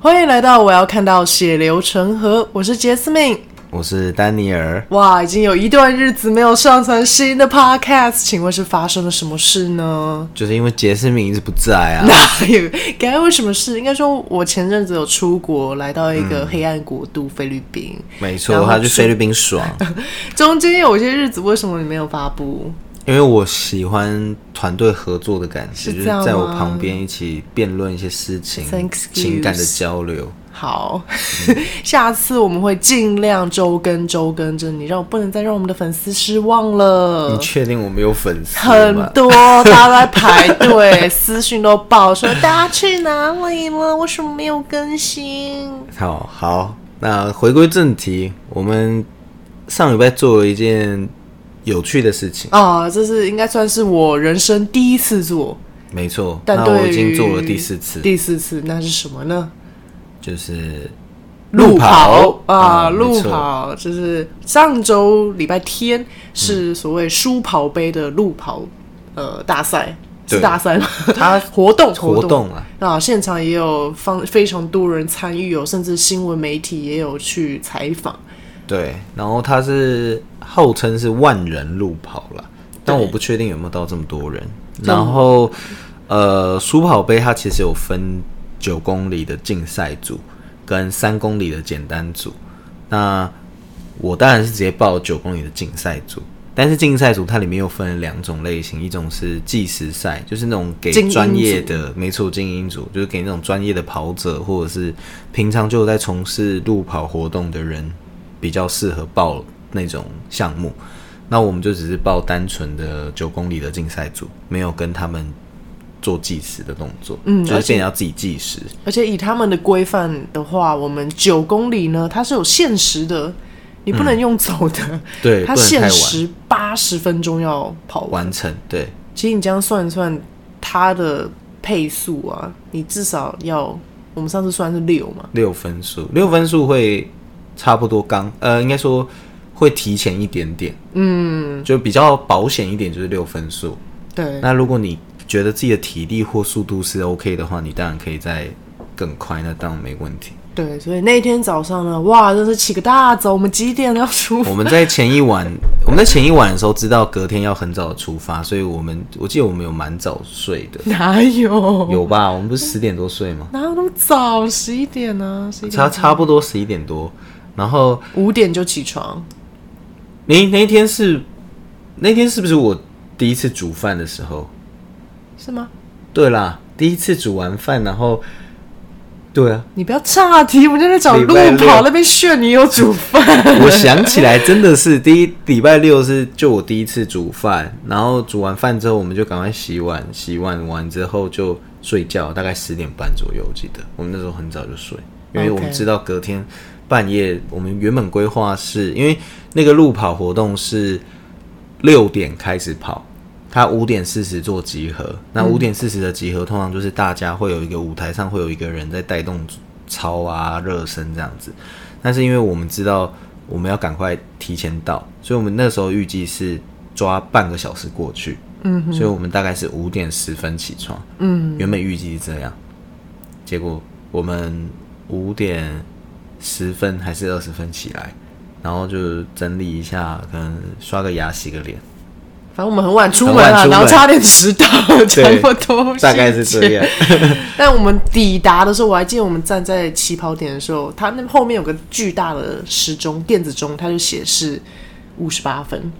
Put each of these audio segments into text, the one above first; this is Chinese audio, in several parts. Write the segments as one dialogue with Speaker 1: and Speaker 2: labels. Speaker 1: 欢迎来到我要看到血流成河，我是杰斯敏。
Speaker 2: 我是丹尼尔，
Speaker 1: 哇，已经有一段日子没有上传新的 podcast，请问是发生了什么事呢？
Speaker 2: 就是因为杰斯明一直不在啊，
Speaker 1: 哪有？该为什么事？应该说，我前阵子有出国，来到一个黑暗国度菲律宾，
Speaker 2: 没
Speaker 1: 然
Speaker 2: 错，
Speaker 1: 后
Speaker 2: 他去
Speaker 1: 就
Speaker 2: 菲律 宾爽，
Speaker 1: 中间有一些日子为什么你没有发布？
Speaker 2: 因为我喜欢团队合作的感觉，
Speaker 1: 是
Speaker 2: 就
Speaker 1: 这
Speaker 2: 是
Speaker 1: 样吗
Speaker 2: 在我旁边一起辩论一些事情
Speaker 1: Thanks，
Speaker 2: 情感的交流。
Speaker 1: 好，下次我们会尽量周更周更，真的，你让我不能再让我们的粉丝失望了
Speaker 2: 你。确定我没有粉丝
Speaker 1: 嗯很
Speaker 2: 吗？
Speaker 1: 多，大家都在排队，私讯都爆说大家去哪里了？为什么没有更新？
Speaker 2: 好好，那回归正题，我们上礼拜做了一件有趣的事情，
Speaker 1: 啊，这是应该算是我人生第一次做，
Speaker 2: 没错，
Speaker 1: 但
Speaker 2: 那
Speaker 1: 对
Speaker 2: 我已经
Speaker 1: 于
Speaker 2: 做了第四次，
Speaker 1: 第四次那是什么呢？
Speaker 2: 就是
Speaker 1: 路跑啊，
Speaker 2: 嗯
Speaker 1: 路
Speaker 2: 没错
Speaker 1: 跑就是上周礼拜天是所谓书跑杯的路跑呃大赛，是
Speaker 2: 对
Speaker 1: 大赛吗？它 活动
Speaker 2: 活
Speaker 1: 动
Speaker 2: 动啊，
Speaker 1: 啊，现场也有方非常多人参与哦，甚至新闻媒体也有去采访。
Speaker 2: 对，然后他是号称是万人路跑啦，但我不确定有没有到这么多人。然后，呃，苏跑杯它其实有分九公里的竞赛组跟三公里的简单组。那我当然是直接报九公里的竞赛组，但是竞赛组它里面又分了两种类型，一种是计时赛，就是那种给
Speaker 1: 精英
Speaker 2: 专业
Speaker 1: 组
Speaker 2: 的，没错，精英组就是给那种专业的跑者或者是平常就有在从事路跑活动的人比较适合报那种项目。那我们就只是报单纯的九公里的竞赛组，没有跟他们做计时的动作，
Speaker 1: 嗯
Speaker 2: 就是
Speaker 1: 而且
Speaker 2: 变成要自己计时，
Speaker 1: 而且以他们的规范的话，我们九公里呢，它是有限时的，你不能用走的，
Speaker 2: 嗯对，
Speaker 1: 它
Speaker 2: 不能太
Speaker 1: 限
Speaker 2: 晚
Speaker 1: 时八十分钟要跑完。
Speaker 2: 完成，对，
Speaker 1: 其实你这样算一算，它的配速啊，你至少要，我们上次算是六嘛，
Speaker 2: 六分数，六分数会差不多刚，呃，应该说会提前一点点，嗯，就比较保险一点，就是六分数。
Speaker 1: 对，
Speaker 2: 那如果你觉得自己的体力或速度是 OK 的话，你当然可以再更快，那当然没问题。
Speaker 1: 对，所以那天早上呢，哇，真是起个大早，我们几点要出发？
Speaker 2: 我们在前一晚， 我们在前一晚的时候知道隔天要很早的出发，所以我们我记得我们有蛮早睡的，
Speaker 1: 哪有？
Speaker 2: 有吧？我们不是十点多睡吗？
Speaker 1: 哪有那么早？十一点呢、十一
Speaker 2: 差
Speaker 1: 点
Speaker 2: 差不多十一点多，然后
Speaker 1: 五点就起床，
Speaker 2: 你那一天是那天是不是我第一次煮饭的时候？
Speaker 1: 是吗？
Speaker 2: 对啦，第一次煮完饭，然后对啊，
Speaker 1: 你不要岔题，我们就在找
Speaker 2: 礼
Speaker 1: 路
Speaker 2: 拜六
Speaker 1: 跑那边炫你有煮饭。
Speaker 2: 我想起来真的是第一礼拜六是就我第一次煮饭，然后煮完饭之后我们就赶快洗碗，洗碗完之后就睡觉，大概十点半左右，我记得我们那时候很早就睡，因为
Speaker 1: OK
Speaker 2: 我们知道隔天半夜我们原本规划是因为那个路跑活动是六点开始跑。他五点四十做集合，那五点四十的集合通常就是大家会有一个舞台上会有一个人在带动操啊、热身这样子。但是因为我们知道我们要赶快提前到，所以我们那时候预计是抓半个小时过去。嗯，所以我们大概是五点十分起床。嗯，原本预计是这样，结果我们五点十分还是二十分起来，然后就整理一下，可能刷个牙、洗个脸，
Speaker 1: 反正我们很晚出门
Speaker 2: 很晚
Speaker 1: 了，
Speaker 2: 出门
Speaker 1: 然后差点迟到，差
Speaker 2: 对
Speaker 1: 不多。
Speaker 2: 大概是这样。。
Speaker 1: 但我们抵达的时候，我还记得我们站在起跑点的时候，它那后面有个巨大的时钟，电子钟，它就显示五十八分，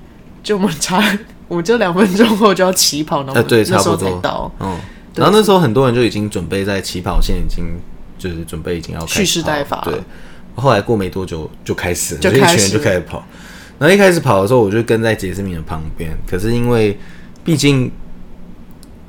Speaker 1: 就我们差，我们就两分钟后就要起跑，然后我
Speaker 2: 呃，
Speaker 1: 们
Speaker 2: 对，
Speaker 1: 那
Speaker 2: 差
Speaker 1: 时候
Speaker 2: 不
Speaker 1: 才
Speaker 2: 多
Speaker 1: 到。。
Speaker 2: 嗯，然后那时候很多人就已经准备在起跑线，已经就是准备已经要开始
Speaker 1: 蓄势
Speaker 2: 跑
Speaker 1: 待发
Speaker 2: 对，后来过没多久就开始了，
Speaker 1: 就
Speaker 2: 一
Speaker 1: 开
Speaker 2: 群人
Speaker 1: 始
Speaker 2: 就开始跑。然后一开始跑的时候，我就跟在杰斯敏的旁边，可是因为毕竟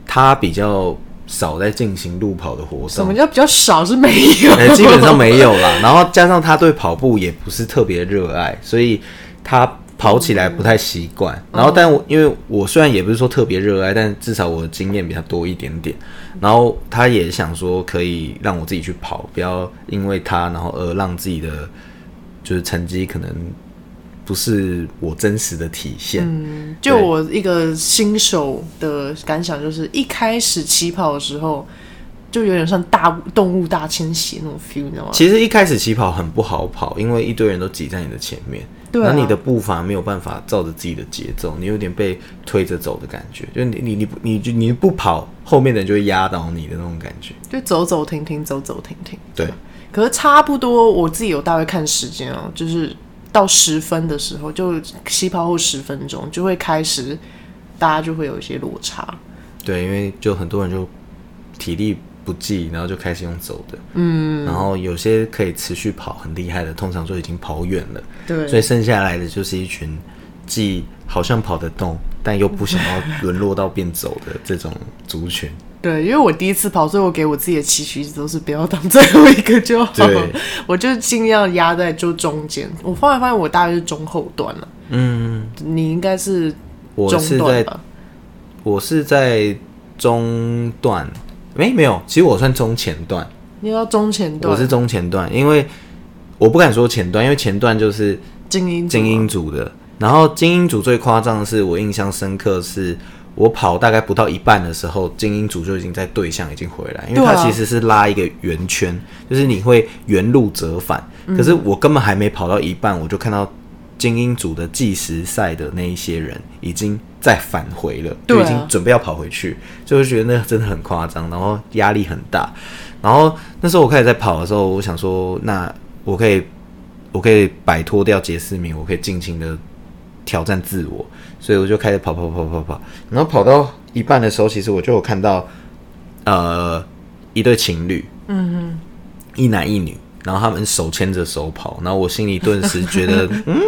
Speaker 2: 他比较少在进行路跑的活
Speaker 1: 什么
Speaker 2: 动。
Speaker 1: 叫比较少是没有，
Speaker 2: 呃，基本上没有啦。然后加上他对跑步也不是特别热爱，所以他跑起来不太习惯。然后，但我因为我虽然也不是说特别热爱，但至少我的经验比他多一点点。然后他也想说可以让我自己去跑，不要因为他然后而让自己的就是成绩可能不是我真实的体现。
Speaker 1: 就我一个新手的感想，就是一开始起跑的时候，就有点像大动物大迁徙那种 feel，你知道吗？
Speaker 2: 其实一开始起跑很不好跑，因为一堆人都挤在你的前面，
Speaker 1: 对啊
Speaker 2: 然后你的步伐没有办法照着自己的节奏，你有点被推着走的感觉，就是你你你你你你不跑，后面的人就会压倒你的那种感觉。
Speaker 1: 就走走停停，走走停停。
Speaker 2: 对，
Speaker 1: 可是差不多，我自己有大概看时间哦，就是到十分的时候，就起跑后十分钟就会开始，大家就会有一些落差。
Speaker 2: 对，因为就很多人就体力不济，然后就开始用走的，嗯，然后有些可以持续跑很厉害的，通常就已经跑远了，
Speaker 1: 对
Speaker 2: 所以剩下来的就是一群既好像跑得动，但又不想要沦落到变走的这种族群。
Speaker 1: 对，因为我第一次跑，所以我给我自己的期许一直都是不要当最后一个就好
Speaker 2: 对，
Speaker 1: 我就尽量压在就中间。我后来发现我大概是中后段了，
Speaker 2: 嗯，
Speaker 1: 你应该是
Speaker 2: 我
Speaker 1: 中
Speaker 2: 是
Speaker 1: 段
Speaker 2: 在
Speaker 1: 吧？
Speaker 2: 我是在中段，没没有，其实我算中前段，
Speaker 1: 你要中前段，
Speaker 2: 我是中前段，因为我不敢说前段，因为前段就是
Speaker 1: 精英组
Speaker 2: 精英组的。然后精英组最夸张的是，我印象深刻是，我跑大概不到一半的时候，精英组就已经在对向已经回来，因为
Speaker 1: 对啊
Speaker 2: 它其实是拉一个圆圈，就是你会原路折返。
Speaker 1: 嗯
Speaker 2: 可是我根本还没跑到一半，我就看到精英组的计时赛的那一些人已经在返回了，
Speaker 1: 对啊
Speaker 2: 就已经准备要跑回去，就会觉得那真的很夸张，然后压力很大。然后那时候我开始在跑的时候，我想说，那我可以我可以摆脱掉杰斯明，我可以尽情的挑战自我，所以我就开始跑跑跑跑跑，然后跑到一半的时候，其实我就有看到呃一对情侣，嗯哼，一男一女，然后他们手牵着手跑，然后我心里顿时 觉得，嗯，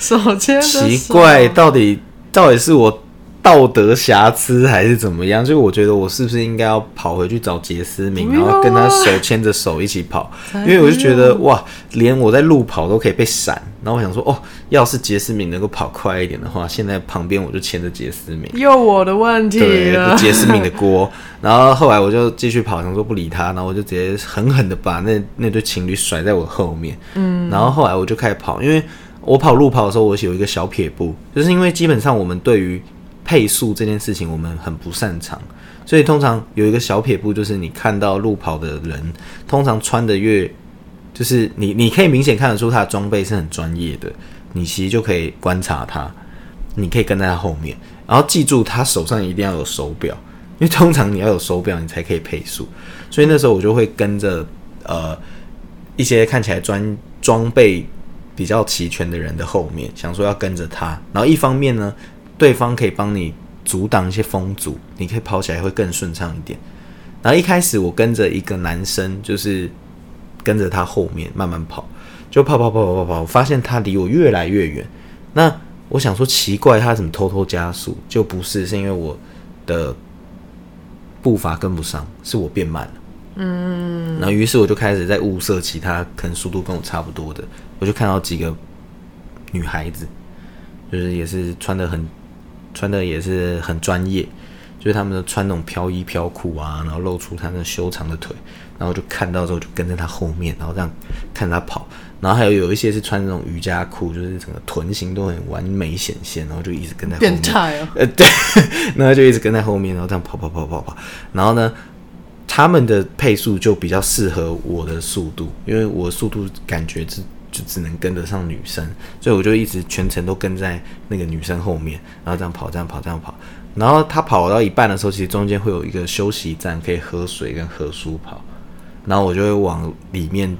Speaker 1: 手牵着手
Speaker 2: 奇怪，到底到底是我道德瑕疵还是怎么样？就我觉得我是不是应该要跑回去找杰斯明，
Speaker 1: 不
Speaker 2: 然
Speaker 1: 用啊
Speaker 2: 后跟他手牵着手一起跑
Speaker 1: 才，
Speaker 2: 因为我就觉得哇，连我在路跑都可以被闪。然后我想说，哦，要是杰斯明能够跑快一点的话，现在旁边我就牵着杰斯明。
Speaker 1: 又我的问题
Speaker 2: 对，
Speaker 1: 了
Speaker 2: 就。杰斯明的锅。然后后来我就继续跑，想说不理他，然后我就直接狠狠的把那那对情侣甩在我后面。嗯，然后后来我就开始跑，因为我跑路跑的时候，我有一个小撇步，就是因为基本上我们对于配速这件事情，我们很不擅长。所以通常有一个小撇步，就是你看到路跑的人，通常穿的越，就是你你可以明显看得出他的装备是很专业的，你其实就可以观察他，你可以跟在他后面，然后记住他手上一定要有手表，因为通常你要有手表，你才可以配速。所以那时候我就会跟着呃一些看起来专装备比较齐全的人的后面，想说要跟着他。然后一方面呢，对方可以帮你阻挡一些风阻，你可以跑起来会更顺畅一点。然后一开始我跟着一个男生，就是跟着他后面慢慢跑，就跑跑跑跑跑跑，我发现他离我越来越远。那我想说奇怪，他怎么偷偷加速？就不是，是因为我的步伐跟不上，是我变慢了。嗯，然后于是我就开始在物色其他可能速度跟我差不多的，我就看到几个女孩子，就是也是穿的很穿的也是很专业，就是他们都穿那种飘衣飘裤啊，然后露出她那修长的腿，然后就看到之后就跟在她后面，然后这样看她跑，然后还有有一些是穿那种瑜伽裤，就是整个臀型都很完美显现，然后就一直跟在后面
Speaker 1: 变，态哦、
Speaker 2: 呃，对，然后就一直跟在后面，然后这样跑跑跑跑跑，然后呢，他们的配速就比较适合我的速度，因为我的速度感觉只就只能跟得上女生，所以我就一直全程都跟在那个女生后面，然后这样跑，这样跑，这样跑。然后他跑到一半的时候，其实中间会有一个休息站，可以喝水跟喝舒跑。然后我就会往里面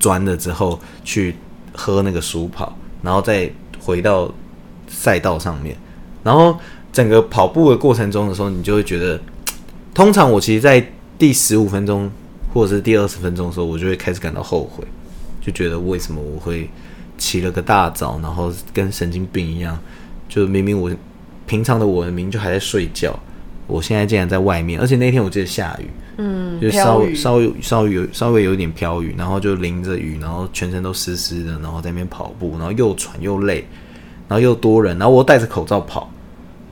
Speaker 2: 钻了之后去喝那个舒跑，然后再回到赛道上面。然后整个跑步的过程中的时候，你就会觉得，嗯通常我其实，在第十五分钟或者是第二十分钟的时候，我就会开始感到后悔，就觉得为什么我会起了个大早，然后跟神经病一样，就明明我平常的我明明就还在睡觉，我现在竟然在外面，而且那天我记得下雨，嗯，就
Speaker 1: 飘
Speaker 2: 稍微
Speaker 1: 雨
Speaker 2: 稍微稍微有稍微有一点飘雨，然后就淋着雨，然后全身都湿湿的，然后在那边跑步，然后又喘又累，然后又多人，然后我又戴着口罩跑，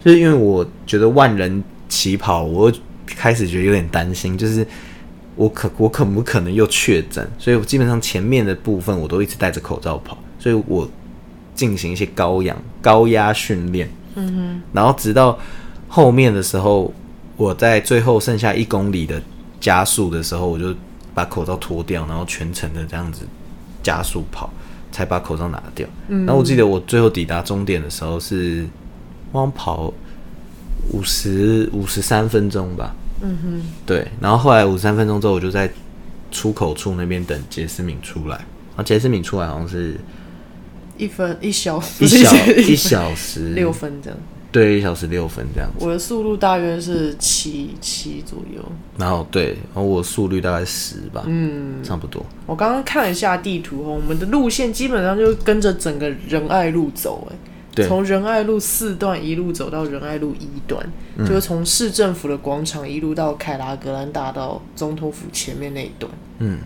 Speaker 2: 就是因为我觉得万人起跑，我又开始觉得有点担心，就是我可我可不可能又确诊？所以我基本上前面的部分我都一直戴着口罩跑，所以我进行一些高氧高压训练。嗯哼，然后直到后面的时候，我在最后剩下一公里的加速的时候，我就把口罩脱掉，然后全程的这样子加速跑，才把口罩拿掉。然后我记得我最后抵达终点的时候是，我好像跑五十五十三分钟吧。嗯哼，对。然后后来五十三分钟之后，我就在出口处那边等杰思敏出来。然后杰思敏出来好像是
Speaker 1: 一分一小时，
Speaker 2: 一小一
Speaker 1: 一
Speaker 2: 小时
Speaker 1: 六分这样。
Speaker 2: 对，一小时六分这样子。
Speaker 1: 我的速度大约是七七左右。
Speaker 2: 然后对，然后我速率大概十吧，嗯，差不多。
Speaker 1: 我刚刚看了一下地图哦，我们的路线基本上就跟着整个仁爱路走，哎，
Speaker 2: 对
Speaker 1: 从仁爱路四段一路走到仁爱路一段，
Speaker 2: 嗯
Speaker 1: 就是从市政府的广场一路到凯拉格兰大道总统府前面那一段，
Speaker 2: 嗯，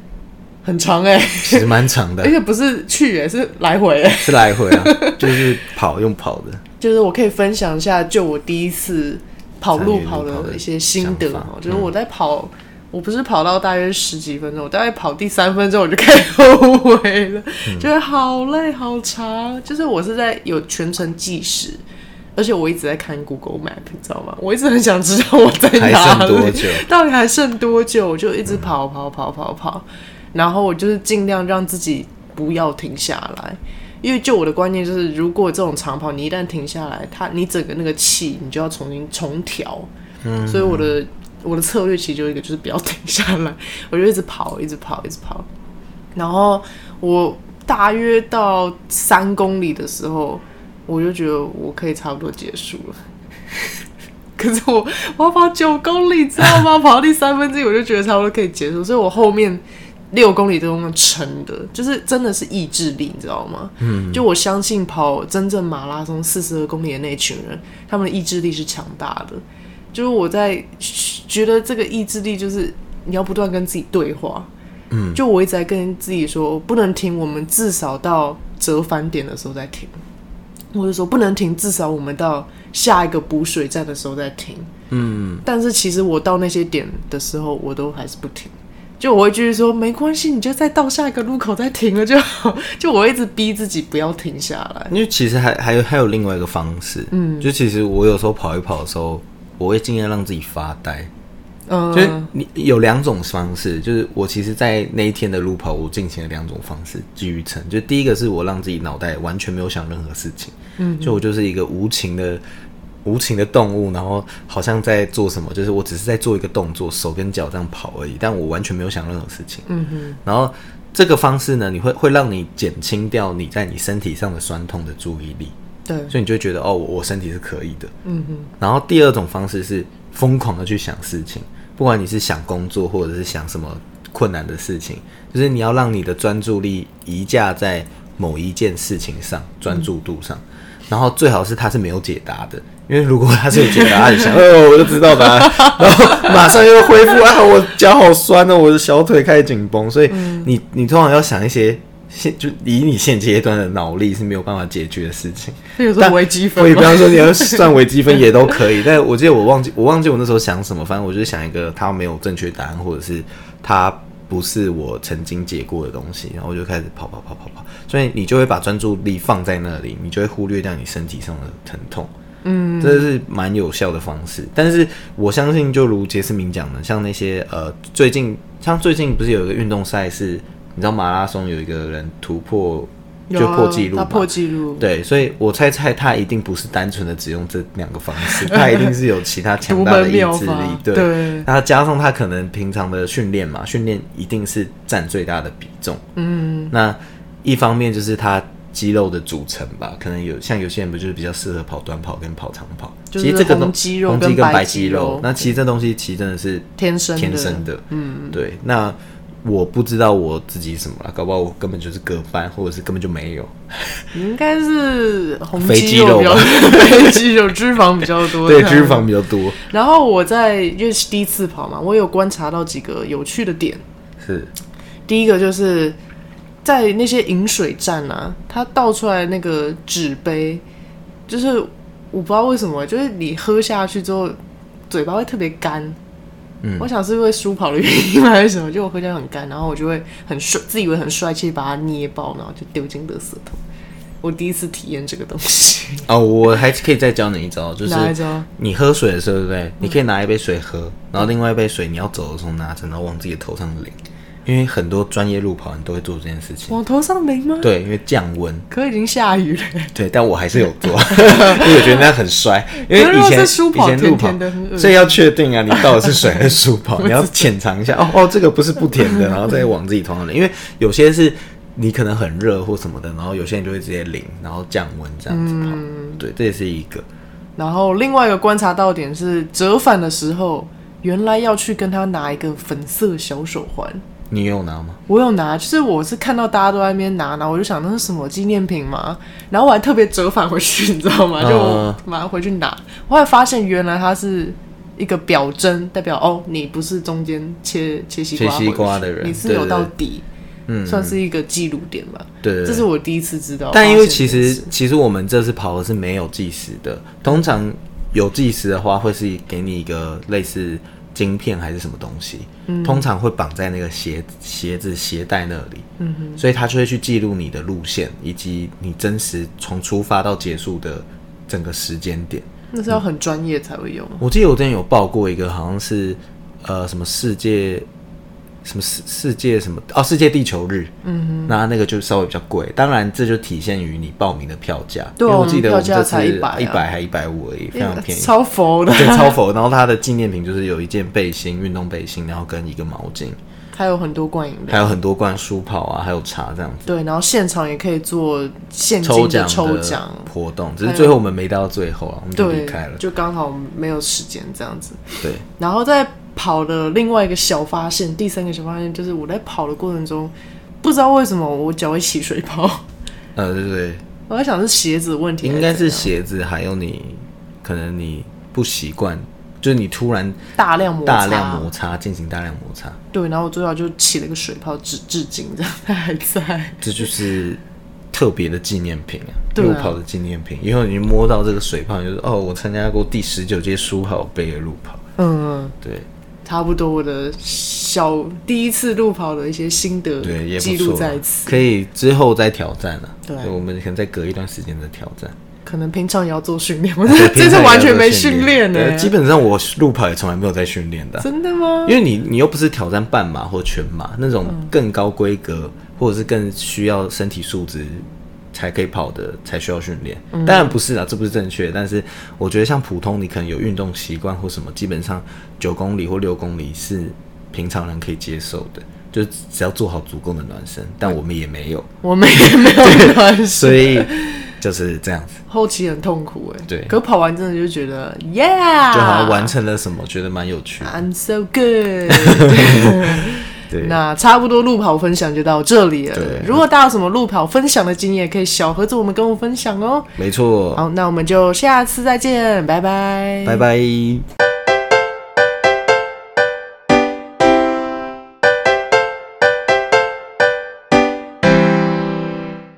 Speaker 1: 很长哎、
Speaker 2: 其实蛮长 的
Speaker 1: 而，且不是去哎、是来回哎、
Speaker 2: 是来回啊，就是跑用跑的。
Speaker 1: 就是我可以分享一下，就我第一次跑路跑
Speaker 2: 参与路跑
Speaker 1: 的
Speaker 2: 的
Speaker 1: 一些心得
Speaker 2: 想
Speaker 1: 哦
Speaker 2: 法。
Speaker 1: 就是我在跑，我不是跑到大约十几分钟，我大概跑第三分钟我就开始后悔了，
Speaker 2: 嗯
Speaker 1: 觉得好累好长。就是我是在有全程计时，而且我一直在看 Google Map，你知道吗？我一直很想知道我在
Speaker 2: 还
Speaker 1: 哪
Speaker 2: 剩多
Speaker 1: 里
Speaker 2: 久，
Speaker 1: 到底还剩多久，我就一直跑跑跑跑跑，然后我就是尽量让自己不要停下来。因为就我的观念就是，如果这种长跑你一旦停下来，它你整个那个气你就要重新重调。嗯，所以我的我的策略其实就一个就是不要停下来， 我就一直跑，一直跑，一直跑。然后我大约到三公里的时候，我就觉得我可以差不多结束了。可是我我要跑九公里，知道吗？跑到第三分之一，我就觉得差不多可以结束，所以我后面六公里都用撑的，就是真的是意志力，你知道吗？嗯，就我相信跑真正马拉松四十二公里的那群人，他们的意志力是强大的。就是我在觉得这个意志力，就是你要不断跟自己对话。嗯，就我一直在跟自己说，不能停，我们至少到折返点的时候再停。我就说不能停，至少我们到下一个补水站的时候再停。嗯，但是其实我到那些点的时候，我都还是不停。就我会继续说没关系，你就再到下一个路口再停了就好。 就我会一直逼自己不要停下来。
Speaker 2: 因为其实还还有还有另外一个方式，嗯，就其实我有时候跑一跑的时候，我会尽量让自己发呆。
Speaker 1: 嗯，
Speaker 2: 就是你有两种方式，就是我其实，在那一天的路跑，我进行了两种方式基于成。就第一个是我让自己脑袋完全没有想任何事情，嗯，就我就是一个无情的。无情的动物，然后好像在做什么，就是我只是在做一个动作，手跟脚这样跑而已，但我完全没有想任何事情。嗯哼。然后这个方式呢，你会会让你减轻掉你在你身体上的酸痛的注意力。
Speaker 1: 对，
Speaker 2: 所以你就会觉得哦，我我身体是可以的。嗯哼。然后第二种方式是疯狂的去想事情，不管你是想工作或者是想什么困难的事情，就是你要让你的专注力移架在某一件事情上，专注度上。然后最好是它是没有解答的，因为如果它是有解 答，你想，哦，我就知道答案，然后马上又恢复啊，我脚好酸哦，我的小腿开始紧绷，所以你你通常要想一些现就以你现阶段的脑力是没有办法解决的事情。
Speaker 1: 比如说
Speaker 2: 但
Speaker 1: 微积
Speaker 2: 我
Speaker 1: 分
Speaker 2: 也
Speaker 1: 嘛
Speaker 2: 不要说你要算微积分也都 可以，但我记得我忘记我忘记我那时候想什么，反正我就是想一个它没有正确答案，或者是它不是我曾经解过的东西，然后我就开始跑跑跑跑跑，所以你就会把专注力放在那里，你就会忽略掉你身体上的疼痛。嗯，这是蛮有效的方式，但是我相信，就如杰斯明讲的，像那些呃，最近像最近不是有一个运动赛事，你知道马拉松有一个人突破就
Speaker 1: 有啊
Speaker 2: 破纪录
Speaker 1: 他
Speaker 2: 嘛，
Speaker 1: 破纪录，
Speaker 2: 对，所以我猜猜他一定不是单纯的只用这两个方 式，他一定是有其他强
Speaker 1: 独
Speaker 2: 大的
Speaker 1: 门
Speaker 2: 意
Speaker 1: 妙
Speaker 2: 志
Speaker 1: 法
Speaker 2: 力。，对，
Speaker 1: 对，
Speaker 2: 那加上他可能平常的训练嘛，训练一定是占最大的比重。嗯，那一方面就是他肌肉的组成吧，可能有像有些人不就是比较适合跑短跑跟跑长跑，
Speaker 1: 就是
Speaker 2: 其实这个
Speaker 1: 红
Speaker 2: 东
Speaker 1: 肌肉
Speaker 2: 红
Speaker 1: 跟
Speaker 2: 肌跟
Speaker 1: 白
Speaker 2: 白
Speaker 1: 肌
Speaker 2: 肌
Speaker 1: 肉
Speaker 2: 肉，那其实这东西其实真的是
Speaker 1: 天生的
Speaker 2: 天生的，嗯，对。那我不知道我自己什么了，搞不好我根本就是各半，或者是根本就没有。
Speaker 1: 你应该是红
Speaker 2: 肥
Speaker 1: 肌
Speaker 2: 肌
Speaker 1: 肉
Speaker 2: 肉
Speaker 1: 比较，
Speaker 2: 吧
Speaker 1: 肥肌肉脂肪比较 多，
Speaker 2: 对，
Speaker 1: 这样
Speaker 2: 脂肪比较多，
Speaker 1: 然后我在因为是第一次跑嘛，我有观察到几个有趣的点。
Speaker 2: 是
Speaker 1: 第一个就是在那些饮水站啊，它倒出来那个纸杯，就是我不知道为什么，就是你喝下去之后，嘴巴会特别干。
Speaker 2: 嗯
Speaker 1: 我想是因为舒跑的原因吗，还是什么？就我喝下去很干，然后我就会很帅，自以为很帅气，把它捏爆，然后就丢进垃圾桶。我第一次体验这个东西。
Speaker 2: 哦，我还可以再教你一招，就是
Speaker 1: 哪一招嗯
Speaker 2: 你喝水的时候，对不对？你可以拿一杯水喝，然后另外一杯水你要走的时候拿着，然后往自己的头上淋，因为很多专业路跑人都会做这件事情。
Speaker 1: 往头上淋吗？，
Speaker 2: 对，因为降温。
Speaker 1: 可已经下雨了。
Speaker 2: 对，但我还是有 做，因为我觉得那很帅。因为
Speaker 1: 可是如
Speaker 2: 以
Speaker 1: 果
Speaker 2: 前
Speaker 1: 是舒跑
Speaker 2: 以前路跑
Speaker 1: 甜甜的很恶，心
Speaker 2: 所以要确定啊，你到底是水还是舒 跑，你要浅尝一下。哦哦，这个不是不甜的，然后再往自己头上淋。因为有些是你可能很热或什么的，然后有些人就会直接淋，然后降温这样子跑。
Speaker 1: 嗯
Speaker 2: 对，这也是一个。
Speaker 1: 然后另外一个观察到点是，折返的时候，原来要去跟他拿一个粉色小手环。
Speaker 2: 你有拿吗？
Speaker 1: 我有拿，就是我是看到大家都在那边拿，然后我就想那是什么纪念品嘛，然后我还特别折返回去，你知道
Speaker 2: 嗯
Speaker 1: 吗？就我马上回去拿，我还发现原来它是一个表征，代表哦，你不是中间切切西瓜
Speaker 2: 切西瓜的人
Speaker 1: 回去你是有到
Speaker 2: 对对
Speaker 1: 底，
Speaker 2: 嗯，
Speaker 1: 算是一个记录点吧。
Speaker 2: 对对对
Speaker 1: 这是我第一次知道。
Speaker 2: 但因为
Speaker 1: 发现
Speaker 2: 其
Speaker 1: 这件
Speaker 2: 实
Speaker 1: 事
Speaker 2: 其实我们这次跑的是没有计时的，通常有计时的话会是给你一个类似晶片还是什么东西，
Speaker 1: 嗯
Speaker 2: 通常会绑在那个鞋鞋子鞋带那里，
Speaker 1: 嗯
Speaker 2: 所以它就会去记录你的路线以及你真实从出发到结束的整个时间点。
Speaker 1: 那是要很专业才会用，
Speaker 2: 我记得我之前有报过一个，好像是呃什么世界什么世世界什么哦世界地球日，嗯哼，那那个就稍微比较贵，当然这就体现于你报名的票价，
Speaker 1: 对啊
Speaker 2: 因为我记得我
Speaker 1: 我们
Speaker 2: 们
Speaker 1: 票价
Speaker 2: 这次
Speaker 1: 才
Speaker 2: 一
Speaker 1: 100啊
Speaker 2: 百还一百五而已，非常便宜。
Speaker 1: 超佛的，
Speaker 2: 对，超佛，然后它的纪念品就是有一件背心，运动背心，然后跟一个毛巾，
Speaker 1: 还有很多罐饮料。
Speaker 2: 还有很多罐书跑啊，还有茶这样子。
Speaker 1: 对，然后现场也可以做现
Speaker 2: 抽
Speaker 1: 金
Speaker 2: 奖
Speaker 1: 的
Speaker 2: 的
Speaker 1: 抽奖，
Speaker 2: 活动，只是最后我们没到最后啊，我们就离
Speaker 1: 对
Speaker 2: 开了，。
Speaker 1: 就刚好没有时间这样子。
Speaker 2: 对，
Speaker 1: 然后在跑的另外一个小发现，第三个小发现就是我在跑的过程中，不知道为什么我脚会起水泡，
Speaker 2: 呃，对对对，
Speaker 1: 我在想是鞋子的问题还
Speaker 2: 应
Speaker 1: 怎样，
Speaker 2: 该是鞋子，还有你可能你不习惯，就是你突然
Speaker 1: 大量摩擦，
Speaker 2: 大量摩擦，进行大量摩擦，
Speaker 1: 对，然后我最后就起了个水泡，至至今这样它还在。
Speaker 2: 这就是特别的纪念品啊，
Speaker 1: 对啊
Speaker 2: 路跑的纪念品。以后你摸到这个水泡，你就说哦，我参加过第十九届书跑杯的路跑，
Speaker 1: 嗯，
Speaker 2: 对
Speaker 1: 差不多我的小第一次路跑的一些心得
Speaker 2: 对，也
Speaker 1: 呃记
Speaker 2: 不错
Speaker 1: 录
Speaker 2: 啊，
Speaker 1: 在此。
Speaker 2: 可以之后再挑战啊。
Speaker 1: 对
Speaker 2: 我们可能再隔一段时间再挑 战。
Speaker 1: 可能平常也要做训练，我 这次完全没训练呢
Speaker 2: 对。呃基本上我路跑也从来没有在训练的啊、
Speaker 1: 真的吗？
Speaker 2: 因为你你又不是挑战半马或全马那种更高规格，或者是更需要身体素质才可以跑的，才需要训练。当然不是啦，这不是正确。但是我觉得像普通你可能有运动习惯或什么，基本上九公里或六公里是平常人可以接受的，就只要做好足够的暖身。但我们也没有，
Speaker 1: 我们也没有暖
Speaker 2: 所
Speaker 1: 身，
Speaker 2: 以就是这样子，
Speaker 1: 后期很痛苦哎。
Speaker 2: 对
Speaker 1: 可跑完真的就觉得 yeah，
Speaker 2: 就好像完成了什么，觉得蛮有趣的。
Speaker 1: I'm so good
Speaker 2: 对，
Speaker 1: 那差不多路跑分享就到这里了
Speaker 2: 对。
Speaker 1: 如果大家有什么路跑分享的经验，可以小盒子我们跟我分享哦。
Speaker 2: 没错，
Speaker 1: 好，那我们就下次再见，拜拜，
Speaker 2: 拜拜。